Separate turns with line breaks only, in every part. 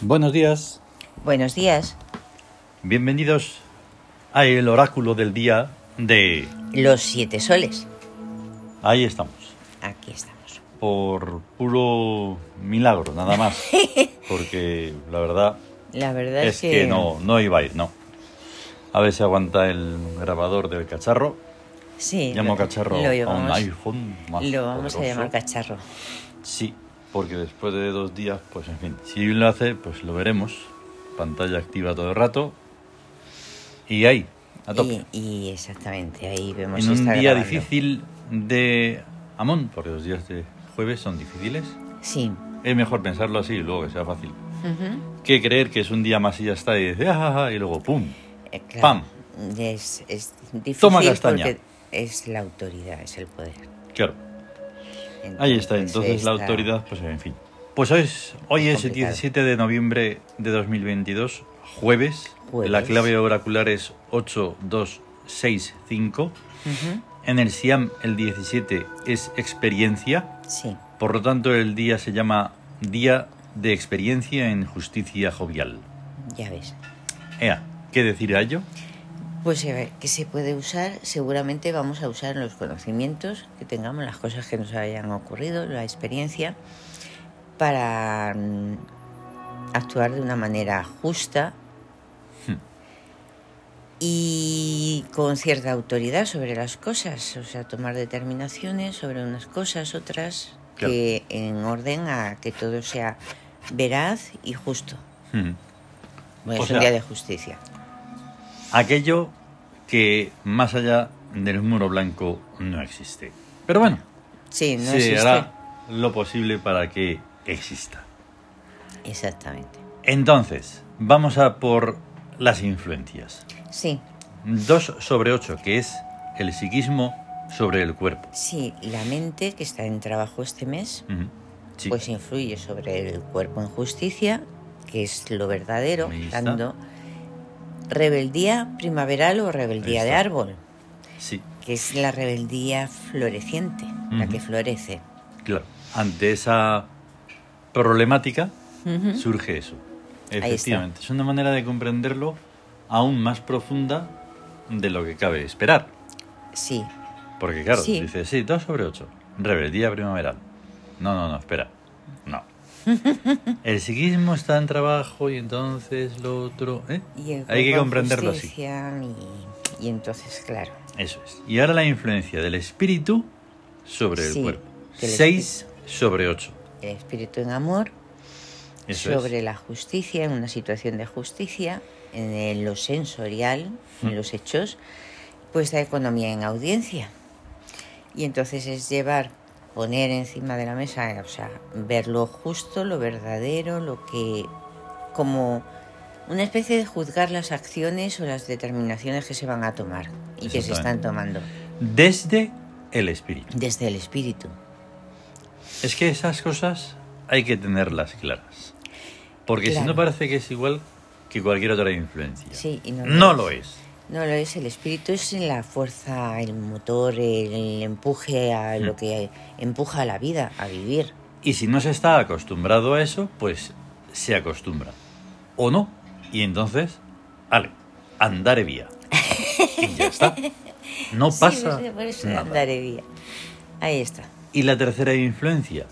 Buenos días,
Buenos días.
bienvenidos a el oráculo del día de...
Los siete soles.
Ahí estamos,
Aquí estamos.
por puro milagro, nada más, porque la verdad
La verdad es,
es que no, no iba a ir, no. A ver si aguanta el grabador del cacharro.
Sí.
Llamo
lo-
cacharro
lo
a un
llamamos-
iPhone más
Lo vamos a
poderoso.
llamar cacharro.
Sí, porque después de dos días, pues en fin, si lo hace, pues lo veremos. Pantalla activa todo el rato. Y ahí, a tope.
Y, y exactamente, ahí vemos
en
si
un
está
día
grabando.
difícil de Amón, porque los días de jueves son difíciles.
Sí.
Es mejor pensarlo así y luego que sea fácil.
Ujú.
Que creer que es un día más y ya está y decir, "Ah, ah, ah", y luego ¡pum!
Eh, claro,
Pam.
Es, es difícil
Toma castaña.
porque es la autoridad, es el poder.
Claro, ahí está. Entonces la
está-
autoridad, pues en fin. Pues hoy es, hoy
Es
es el
complicado.
17 de noviembre de 2022, jueves.
Jueves.
La clave oracular es 8265.
Ujú.
En el Siam el 17 es experiencia.
Sí,
Por lo tanto, el día se llama Día de Experiencia en Justicia Jovial.
ya ves.
Ea, ¿qué decir a ello?
Pues a ver, que se puede usar, seguramente vamos a usar los conocimientos que tengamos, las cosas que nos hayan ocurrido, la experiencia, para mm, actuar de una manera justa
Hmm.
y con cierta autoridad sobre las cosas, o sea, tomar determinaciones sobre unas cosas, otras,
Claro.
que en orden a que todo sea veraz y justo.
Hmm.
Bueno,
O
es
sea,
un día de justicia.
Aquello que más allá del muro blanco no existe. Pero bueno,
Sí, no
se
existe.
hará lo posible para que exista.
Exactamente.
Entonces, vamos a por las influencias.
Sí,
2 sobre 8, que es el psiquismo sobre el cuerpo.
sí, la mente que está en trabajo este mes,
Ujú. Sí.
pues influye sobre el cuerpo en justicia, que es lo verdadero,
Ahí está.
dando rebeldía primaveral o rebeldía
Ahí
de
está.
árbol,
sí.
que es la rebeldía floreciente, la
Ujú.
que florece.
Claro, ante esa problemática surge eso.
está.
Efectivamente, es una manera de comprenderlo aún más profunda de lo que cabe esperar.
Sí,
Porque claro,
Sí.
dices, sí, 2 sobre 8, rebeldía primaveral. No, no, no, espera, no. El psiquismo está en trabajo y entonces lo otro... ¿eh?
y el
Hay que
cuerpo en
comprenderlo así.
justicia, Y, y entonces, claro,
Eso es. Y ahora la influencia del espíritu sobre
Sí,
el cuerpo.
del
6 sobre 8.
el espíritu en amor
Eso es.
sobre la justicia, en una situación de justicia, en el- lo sensorial,
Mm.
en los hechos, pues la economía en audiencia. Y entonces es llevar, poner encima de la mesa, eh, o sea, ver lo justo, lo verdadero, lo que. como una especie de juzgar las acciones o las determinaciones que se van a tomar y que se están
Exactamente.
tomando
Desde el espíritu.
desde el espíritu.
Es que esas cosas hay que tenerlas claras. Porque si no
Claro.
parece que es igual que cualquier otra influencia.
Sí, y no
no,
lo es.
lo es.
No lo es, el espíritu es la fuerza, el motor, el empuje
Hmm.
a lo que empuja a la vida, a vivir.
Y si no se está acostumbrado a eso, pues se acostumbra. O no. Y entonces, ale, andaré vía. Y ya está. No
Sí,
pasa
pues, por eso
nada.
andaré vía. Ahí está.
Y la tercera influencia,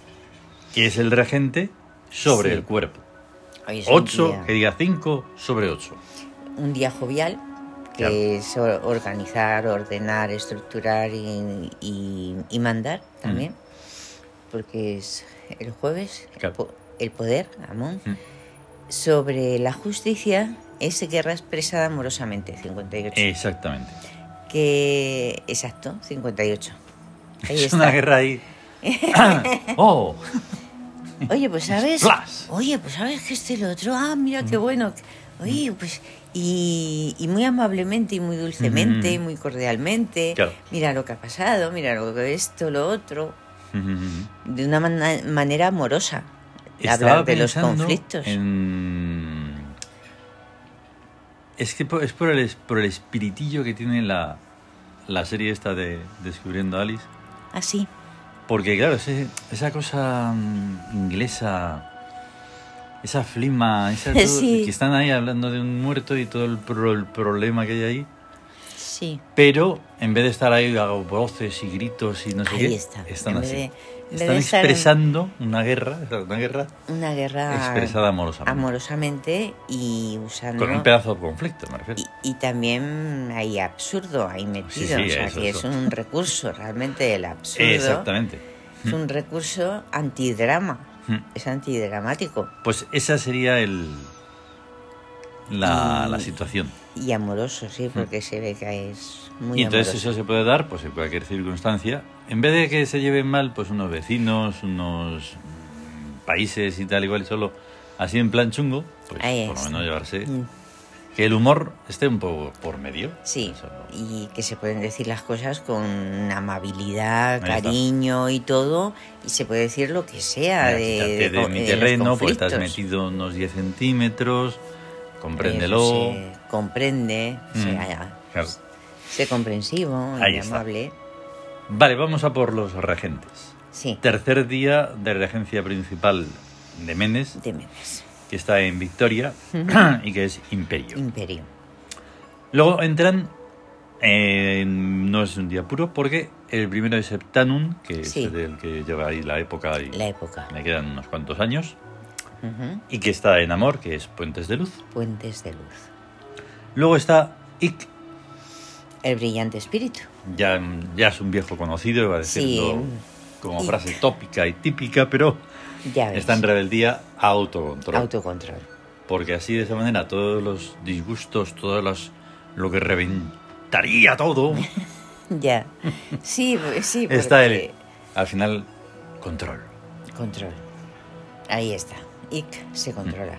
que es el regente sobre
Sí.
el cuerpo.
Hoy es un
8,
día-
que diga 5 sobre 8.
un día jovial, que
Claro.
es or- organizar, ordenar, estructurar y, y- y mandar
Hmm.
también, porque es el jueves, el
Claro.
po- el poder, Amón,
Mm.
sobre la justicia es guerra expresada amorosamente, 58.
Exactamente.
Que. Exacto, 58. Ahí
es
está.
una guerra ahí. ¡Oh!
Oye, pues sabes.
Splash.
Oye, pues sabes que este y lo otro. Ah, mira
Mm.
qué bueno. Oye, pues. Y, y muy amablemente y muy dulcemente
Mm.
y muy cordialmente.
Claro.
Mira lo que ha pasado, mira lo que esto, lo otro. De una mana- manera amorosa.
Estaba
hablar de los
pensando
conflictos.
en- Es que por- es por el, es- por el espiritillo que tiene la, la serie esta de Descubriendo a Alice.
Así.
Porque, claro, ese- esa cosa mm, inglesa Esa flima, esa todo-
Sí.
que están ahí hablando de un muerto y todo el, pro- el problema que hay ahí.
Sí.
Pero en vez de estar ahí a voces y gritos y no sé
Ahí
qué,
está.
están
En vez
así.
de- en vez
están
de estar en-
expresando una guerra, una guerra
Una guerra
expresada amorosamente.
amorosamente y usando...
Con un pedazo de conflicto, me refiero.
y, y también hay absurdo ahí metido,
sí,
o sea,
eso,
que
eso.
es un recurso, realmente el absurdo
Exactamente.
es un recurso antidrama,
Mm.
es antidramático
Pues esa sería el la, la situación.
y amoroso, sí, porque se ve que es muy
y entonces
amoroso.
eso se puede dar pues en cualquier circunstancia. En vez de que se lleven mal, pues unos vecinos, unos mm, países y tal, igual y solo así en plan chungo, pues
Ahí
por lo
está.
menos llevarse.
Mm,
Que el humor esté un poco por medio.
Sí,
Eso.
y que se pueden decir las cosas con amabilidad,
Ahí está.
cariño y todo, y se puede decir lo que sea
Mira,
de,
quítate de
co-
mi
los
terreno, pues estás
conflictos.
metido unos 10 centímetros, compréndelo.
Eso se comprende,
Mm.
sea,
Claro.
sé comprensivo y
Ahí está.
amable.
Vale, vamos a por los regentes.
Sí,
Tercer día de regencia principal de Menes,
de Menes,
que está en Victoria y que es Imperio.
Imperio.
Luego entran, eh, no es un día puro, porque el primero es Septanum, que
Sí.
es el que lleva ahí la época y
La época.
me quedan unos cuantos años,
Ujú.
y que está en Amor, que es Puentes de Luz.
Puentes de luz.
Luego está Ic,
El brillante espíritu.
ya, ya es un viejo conocido, iba diciendo como
Ic.
frase tópica y típica, pero
Ya ves.
está en rebeldía a autocontrol.
Autocontrol.
Porque así de esa manera todos los disgustos, todas las lo que reventaría todo
Ya. Sí, pues,
está
sí. porque-
él. Al final control.
Control. Ahí está. Ic se controla.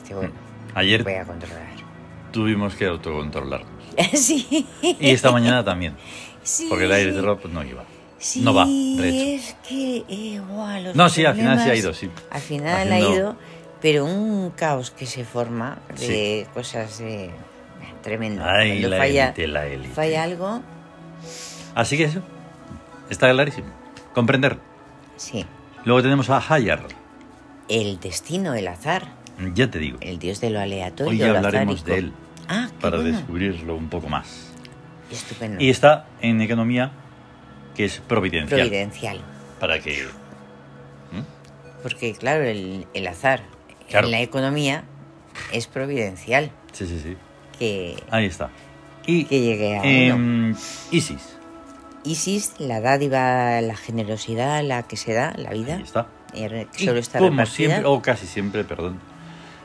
Dice, bueno,
Ayer
voy a controlar.
tuvimos que autocontrolarnos.
sí.
Y esta mañana también,
sí.
porque el aire cerrado pues, no iba.
Sí,
no va, de
es que eh, guau, los
No, sí, al final sí ha
problemas-
ido, sí.
Al final ha
Haciendo-
ido, pero un caos que se forma de cosas de... tremendo.
Ay,
Cuando
la
falla,
élite, la élite.
falla algo,
Así que eso está clarísimo. Comprender.
sí.
Luego tenemos a Hayar.
El destino, el azar,
Ya te digo.
el dios de lo aleatorio.
Hoy
lo
hablaremos
azárico.
de él
Ah, qué
para
bueno.
descubrirlo un poco más.
Estupendo.
Y está en economía, que es providencial.
Providencial.
Para que.
Porque, claro, el, el azar
Claro.
en la economía es providencial
Sí, sí, sí.
que,
Ahí está. Y
que llegue a uno.
em, Isis.
Isis, la dádiva, la generosidad, la que se da, la vida,
Ahí está.
eh,
Y
que solo está
como
repartida,
siempre, oh. o casi siempre, perdón,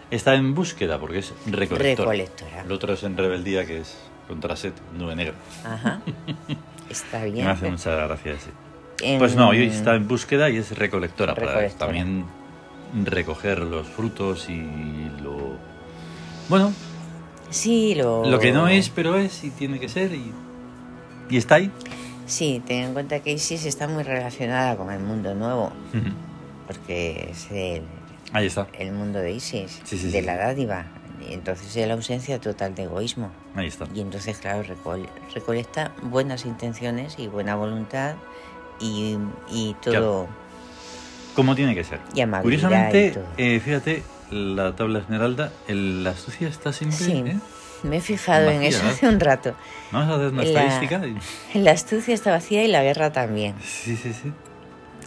está en búsqueda porque es recolector.
recolectora.
El otro es en rebeldía, que es contra Set, nube negra.
Ajá. Está
Me
bien. eh.
hace mucha gracia ese.
En-
Pues no, hoy está en búsqueda y es recolectora, para
Recolectora.
también recoger los frutos y lo. Bueno,
Sí, lo...
Lo que no es, pero es y tiene que ser y, y está ahí.
Sí, ten en cuenta que Isis está muy relacionada con el mundo nuevo, porque es el,
Ahí está,
el mundo de Isis,
Sí, sí,
de
sí.
la dádiva. Y entonces es la ausencia total de egoísmo.
ahí está.
Y entonces, claro, recol- recolecta buenas intenciones y buena voluntad y, y todo.
Como tiene que ser.
Y amabilidad y
Curiosamente,
todo.
eh, fíjate, la tabla esmeralda, el- la astucia está siempre.
Sí,
¿eh?
me he fijado en
Vacía,
eso
¿no?
hace un rato.
Vamos a hacer una
la-
estadística. y-
La astucia está vacía y la guerra también,
Sí, sí, sí.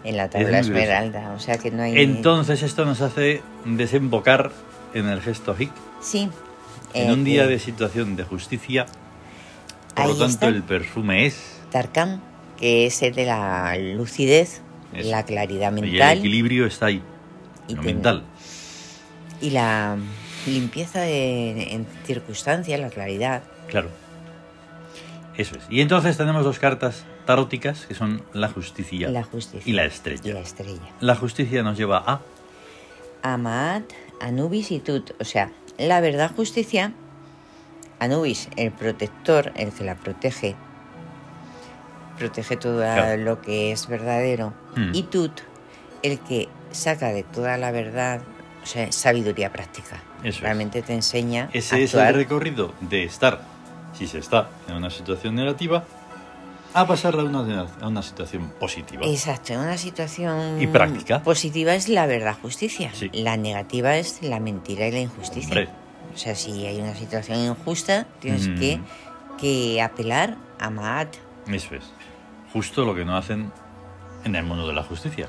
en la
muy
tabla
curioso.
esmeralda. O sea que no hay.
Entonces, esto nos hace desembocar en el gesto hic,
Sí.
en
eh,
un día
que
de situación de justicia. Por
Ahí
lo tanto,
está.
el perfume es.
Tarkan, que es el de la lucidez,
Eso.
la claridad
Y el
mental y,
equilibrio está ahí.
Y
no
ten-
mental.
la limpieza de, en circunstancias, la claridad.
Claro. Eso es. Y entonces tenemos dos cartas taróticas que son la justicia
La justicia.
y la
Y
estrella.
la estrella.
La justicia nos lleva a
Amaat, Anubis y Tut. O sea, la verdad, justicia. Anubis, el protector, el que la protege. Protege todo a-
Claro.
lo que es verdadero.
Mm.
Y Tut, el que saca de toda la verdad, o sea, sabiduría práctica.
Eso es.
Realmente te enseña
ese
a
es el
actuar.
recorrido de estar, si se está en una situación negativa, a pasarla a una, a una situación positiva.
Exacto, en una situación
Y práctica.
positiva es la verdad, justicia.
Sí.
La negativa es la mentira y la injusticia.
Hombre.
O sea, si hay una situación injusta, tienes
Mm.
que, que apelar a Maat.
Eso es. Justo lo que no hacen en el mundo de la justicia.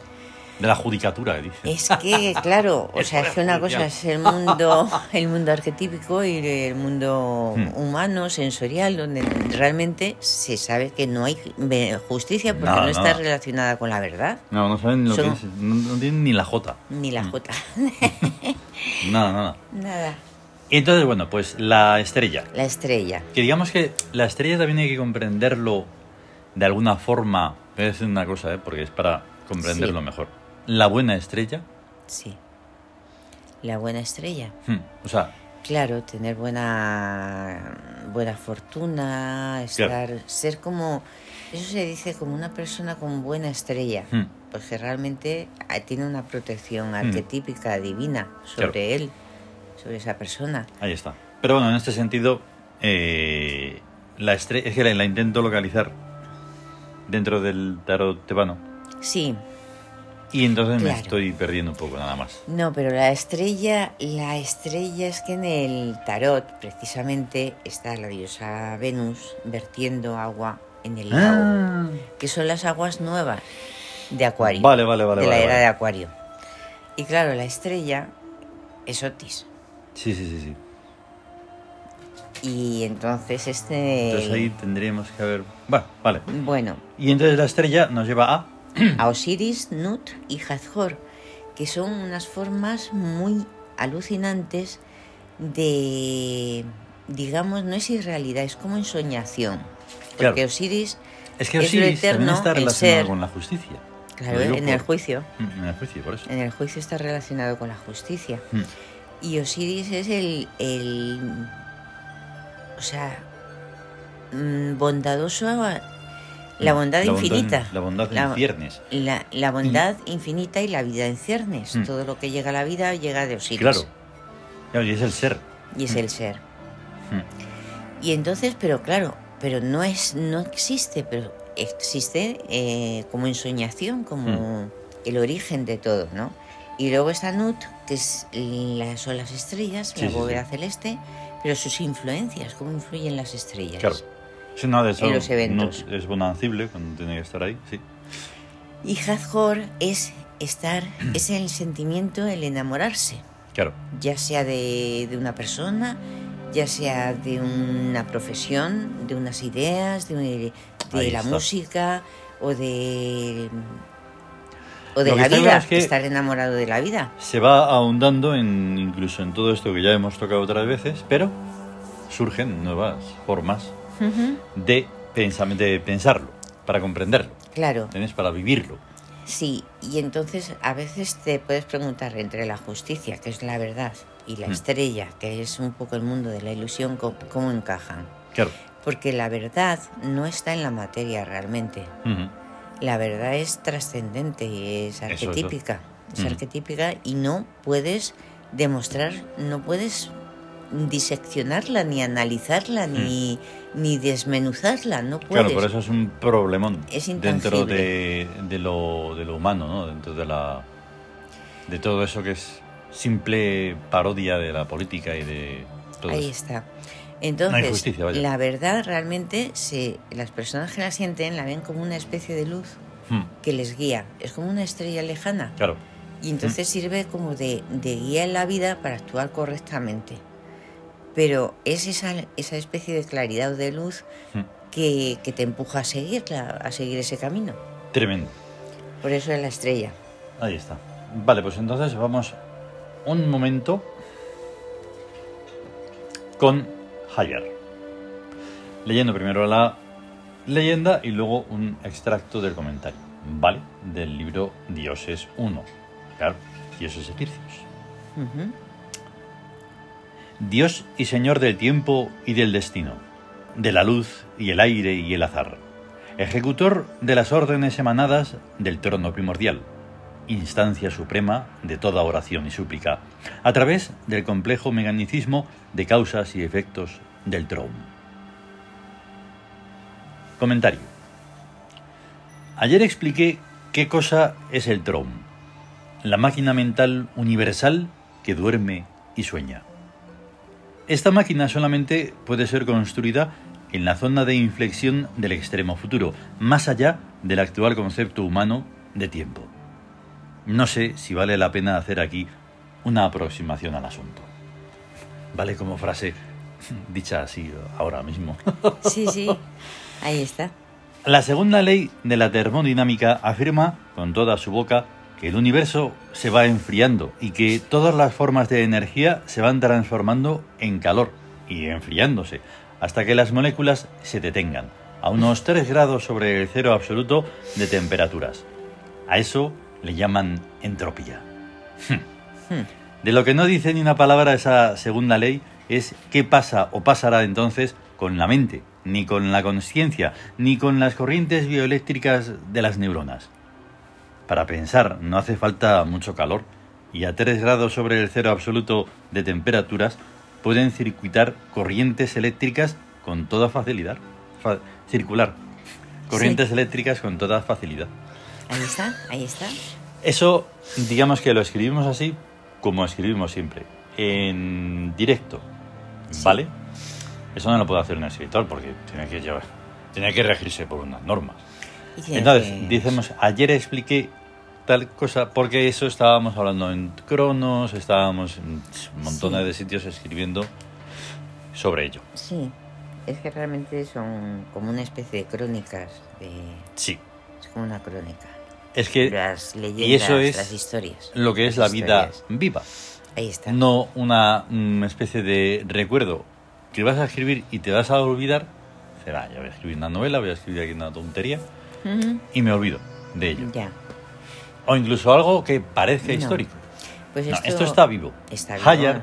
De la judicatura, que dicen.
Es que, claro, o
Eso
sea, es
es
que una
genial.
cosa es el mundo, el mundo arquetípico y el mundo
Hmm.
humano, sensorial, donde realmente se sabe que no hay ve- justicia porque
Nada,
no está
nada.
relacionada con la verdad,
No, no saben lo
Son-
que es. No, no tienen ni la jota.
ni
Mm.
la jota.
Nada, nada.
Nada.
Y entonces, bueno, pues la estrella.
La estrella.
Que digamos que la estrella también hay que comprenderlo de alguna forma. Voy a decir una cosa, ¿eh? porque es para comprenderlo
Sí.
mejor. La buena estrella.
Sí. La buena estrella.
hmm, O sea,
Claro, tener buena buena fortuna, estar ser como eso se dice como una persona con buena estrella,
hmm,
porque realmente ah, tiene una protección arquetípica divina sobre
Claro.
él, sobre esa persona.
ahí está. Pero bueno, en este sentido, eh, la estrella es que la, la intento localizar dentro del tarot tebano.
Sí,
Y entonces me
Claro.
estoy perdiendo un poco nada más.
no, pero la estrella, la estrella es que en el tarot precisamente está la diosa Venus vertiendo agua en
Ah.
el lago. que son las aguas nuevas de Acuario.
Vale, vale, vale,
De la
vale,
era
vale.
de Acuario. Y claro, la estrella es Otis.
Sí, sí,
Eh.
sí, sí.
Y entonces este.
Entonces ahí tendríamos que haber... Bueno, vale.
Bueno,
Y entonces la estrella nos lleva a...
a Osiris, Nut y Hathor, que son unas formas muy alucinantes de. digamos, no es irrealidad, es como ensoñación.
Claro.
Porque Osiris.
Es que
Es lo
Osiris también
eterno,
está
el
relacionado
ser.
con la justicia.
Claro,
Lo digo
en
por-
el juicio.
Mm, En el juicio, por eso.
En el juicio está relacionado con la justicia.
Mm.
Y Osiris es el, el o sea, mm, bondadoso, la bondad
La
infinita.
La bondad en ciernes.
la- la bondad infinita y la vida en ciernes.
Mm.
Todo lo que llega a la vida llega de Osiris.
Claro. Claro, Y es el ser.
Y es el ser.
Mm,
Y entonces, pero claro, pero no es, no existe, pero existe eh, como ensoñación, como
Mm.
el origen de todo, ¿no? Y luego está Nut, que es la- son las estrellas,
Sí,
la
sí,
bóveda celeste, pero sus influencias, cómo influyen las estrellas.
Claro. Sí, no, de eso
En los eventos.
no es bonancible cuando tiene que estar ahí, sí.
Y Hathor es estar, es el sentimiento, el enamorarse,
Claro.
ya sea de, de una persona, ya sea de una profesión, de unas ideas, de, de
Ahí
la
está.
música o de o de
Lo que
la
está
vida,
claro es que-
estar enamorado de la vida.
Se va ahondando en, incluso en todo esto que ya hemos tocado otras veces, pero surgen nuevas formas de, pensam- de pensarlo, para comprenderlo,
Claro.
¿tienes? para vivirlo.
Sí, y entonces a veces te puedes preguntar entre la justicia, que es la verdad, y la
Mm.
estrella, que es un poco el mundo de la ilusión, co- cómo, encajan.
Claro.
Porque la verdad no está en la materia realmente.
Ujú.
La verdad es trascendente y
es.
es arquetípica. Es
Mm.
arquetípica y no puedes demostrar, no puedes diseccionarla, ni analizarla, ni, ni desmenuzarla. No puedes.
Mm. Claro, por eso es un problemón
Es
dentro
intangible.
de, de lo, de lo humano, ¿no? dentro de, la, de todo eso que es simple parodia de la política y de todo
Ahí
eso.
está. Entonces,
justicia, vaya.
la verdad realmente, se, las personas que la sienten la ven como una especie de luz
Mm,
que les guía. Es como una estrella lejana.
Claro,
Y entonces
Mm.
sirve como de, de guía en la vida para actuar correctamente. Pero es esa, esa especie de claridad o de luz
Mm,
que, que te empuja a seguirla, a seguir ese camino.
tremendo.
Por eso es la estrella.
Ahí está. Vale, pues entonces vamos un momento con Hayar. Leyendo primero la leyenda y luego un extracto del comentario, ¿vale? Del libro Dioses 1. Claro, Dioses egipcios.
Ujú.
Dios y Señor del tiempo y del destino, de la luz y el aire y el azar, ejecutor de las órdenes emanadas del trono primordial, instancia suprema de toda oración y súplica, a través del complejo mecanicismo de causas y efectos del Tron. Comentario. Ayer expliqué qué cosa es el TROM, la máquina mental universal que duerme y sueña. Esta máquina solamente puede ser construida en la zona de inflexión del extremo futuro, más allá del actual concepto humano de tiempo. No sé si vale la pena hacer aquí una aproximación al asunto. Vale como frase dicha así ahora mismo.
Sí, sí, ahí está.
La segunda ley de la termodinámica afirma con toda su boca que el universo se va enfriando y que todas las formas de energía se van transformando en calor y enfriándose hasta que las moléculas se detengan a unos 3 grados sobre el cero absoluto de temperaturas. A eso le llaman entropía.
Hmm.
De lo que no dice ni una palabra esa segunda ley es qué pasa o pasará entonces con la mente, ni con la conciencia, ni con las corrientes bioeléctricas de las neuronas. Para pensar no hace falta mucho calor, y a 3 grados sobre el cero absoluto de temperaturas pueden circuitar corrientes eléctricas con toda facilidad. Fa- circular. Corrientes eléctricas con toda facilidad.
Ahí está, ahí está.
Eso, digamos que lo escribimos así, como escribimos siempre, en directo,
Sí.
¿vale? Eso no lo puede hacer un escritor porque tiene que llevar, tiene que regirse por unas normas.
Y tienes que-
Entonces, decimos, ayer expliqué tal cosa, porque eso estábamos hablando en Cronos, estábamos en montones
Sí.
de sitios escribiendo sobre ello.
Sí, es que realmente son como una especie de crónicas, de-
Sí.
es como una crónica.
Es que
las leyendas,
Eh, eso es
las historias.
lo que es la
las
vida
historias.
viva.
Ahí está.
no una mm, especie de recuerdo que vas a escribir y te vas a olvidar, será, ya voy a escribir una novela, voy a escribir aquí una tontería
Ujú,
y me olvido de ello.
Ya.
O incluso algo que parezca
No.
histórico.
Pues
No,
esto,
esto está vivo.
está vivo.
Hayar,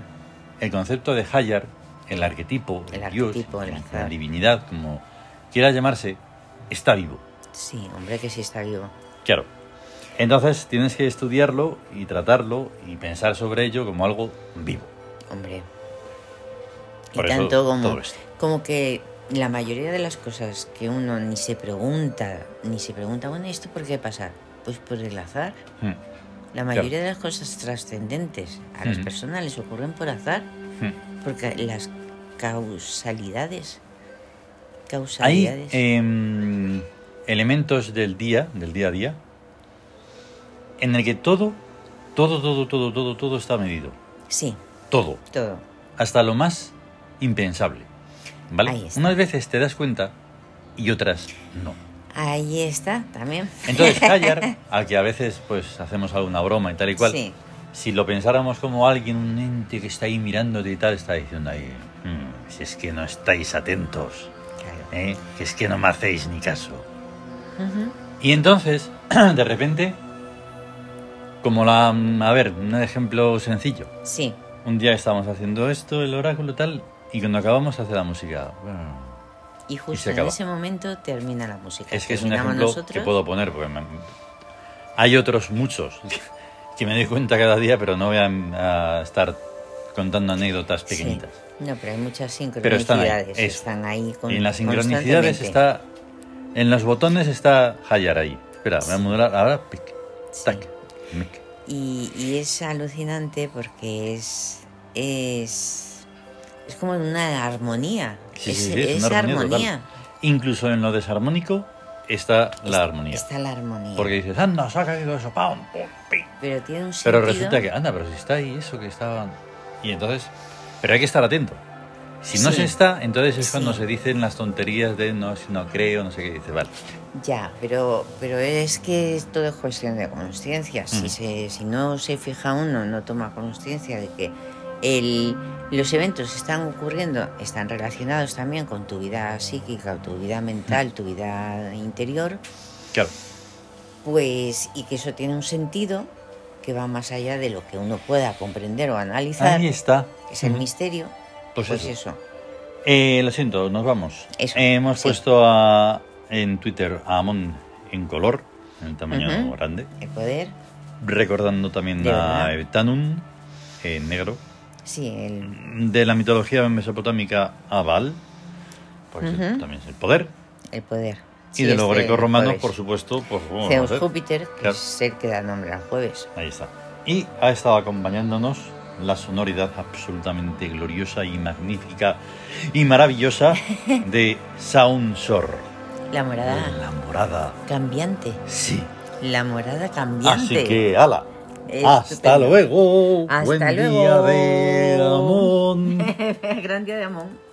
el concepto de Hayar, el arquetipo, el,
El
dios,
arquetipo, el
la
azar.
divinidad, como quiera llamarse, está vivo.
Sí, hombre, que sí está vivo.
Claro. Entonces tienes que estudiarlo y tratarlo y pensar sobre ello como algo vivo.
Hombre. Y
Por eso
tanto como,
todo esto.
como que la mayoría de las cosas que uno ni se pregunta, ni se pregunta, bueno, ¿y esto por qué pasa? Pues por el azar.
Mm,
La mayoría de las cosas trascendentes a las
Ujú.
personas les ocurren por azar,
mm.
porque las causalidades.
Hay
Causalidades.
em, elementos del día, del día a día, en el que todo, todo, todo, todo, todo, todo está medido.
sí,
Todo.
todo.
Hasta lo más impensable.
Ahí
¿Vale?
está.
Unas veces te das cuenta y otras no.
Ahí está también.
Entonces, Hayar, al que a veces pues hacemos alguna broma y tal y cual,
Sí,
si lo pensáramos como alguien, un ente que está ahí mirándote y tal, está diciendo ahí, "Mm, si es que no estáis atentos,
claro.
¿eh? que es que no me hacéis ni caso.
Ujú.
Y entonces, de repente, como la... mm, A ver, un ejemplo sencillo.
Sí,
Un día estábamos haciendo esto, el oráculo tal, y cuando acabamos hace la música.
y justo en
acaba.
ese momento termina la música.
Es que es un
Terminamos
ejemplo
nosotros.
que puedo poner, porque me- hay otros muchos que me doy cuenta cada día, pero no voy a, a estar contando anécdotas
Sí.
pequeñitas.
No, pero hay muchas
Pero
sincronicidades.
están ahí, eso.
están ahí con,
en las sincronicidades
constantemente.
está... En los botones está Hayar ahí. Espera, voy a
Sí.
modular ahora. pic,
Sí.
tac, mic.
Y, y es alucinante porque es, es. Es como una armonía.
Sí,
es
sí, sí, es
es
una
armonía.
armonía Incluso en lo desarmónico está la armonía.
Está la armonía.
Porque dices, anda, se ha caído eso, pam, pum, pim.
Pero tiene un sentido.
Pero resulta que, anda, pero si está ahí eso que estaba... Y entonces... Pero hay que estar atento. Si no
Sí.
se está, entonces es
Sí.
cuando se dicen las tonterías de no, si no creo, no sé qué. Dices, vale,
Ya, pero, pero es que todo es cuestión de conciencia. Si,
Mm.
se, si no se fija uno, no toma conciencia de que el, los eventos que están ocurriendo están relacionados también con tu vida psíquica, o tu
Mm.
vida mental, tu vida interior,
claro.
pues y que eso tiene un sentido que va más allá de lo que uno pueda comprender o analizar,
Ahí
que
está.
es el
Ujú.
misterio.
Pues
Pues,
eso.
eso.
Eh, lo siento, nos vamos.
Eso,
Hemos
sí.
puesto a- en Twitter a Amon en color, en tamaño
Ujú.
grande.
el poder,
Recordando también
De
a
verdad.
Ebtanun, en negro.
sí, el,
de la mitología mesopotámica a Baal, porque
Ujú.
pues también es el poder,
el poder. este
y de los greco-romanos, por supuesto, pues bueno,
Zeus
no sé.
Júpiter, que
Claro.
es el que da nombre al jueves.
Ahí está. Y ha estado acompañándonos la sonoridad absolutamente gloriosa y magnífica y maravillosa de Sound Shore.
La morada
La morada.
cambiante.
Sí.
La morada cambiante.
Así que, ala.
Estupendo.
Hasta luego.
Hasta
Buen
luego.
día de Amón.
Gran día de Amón.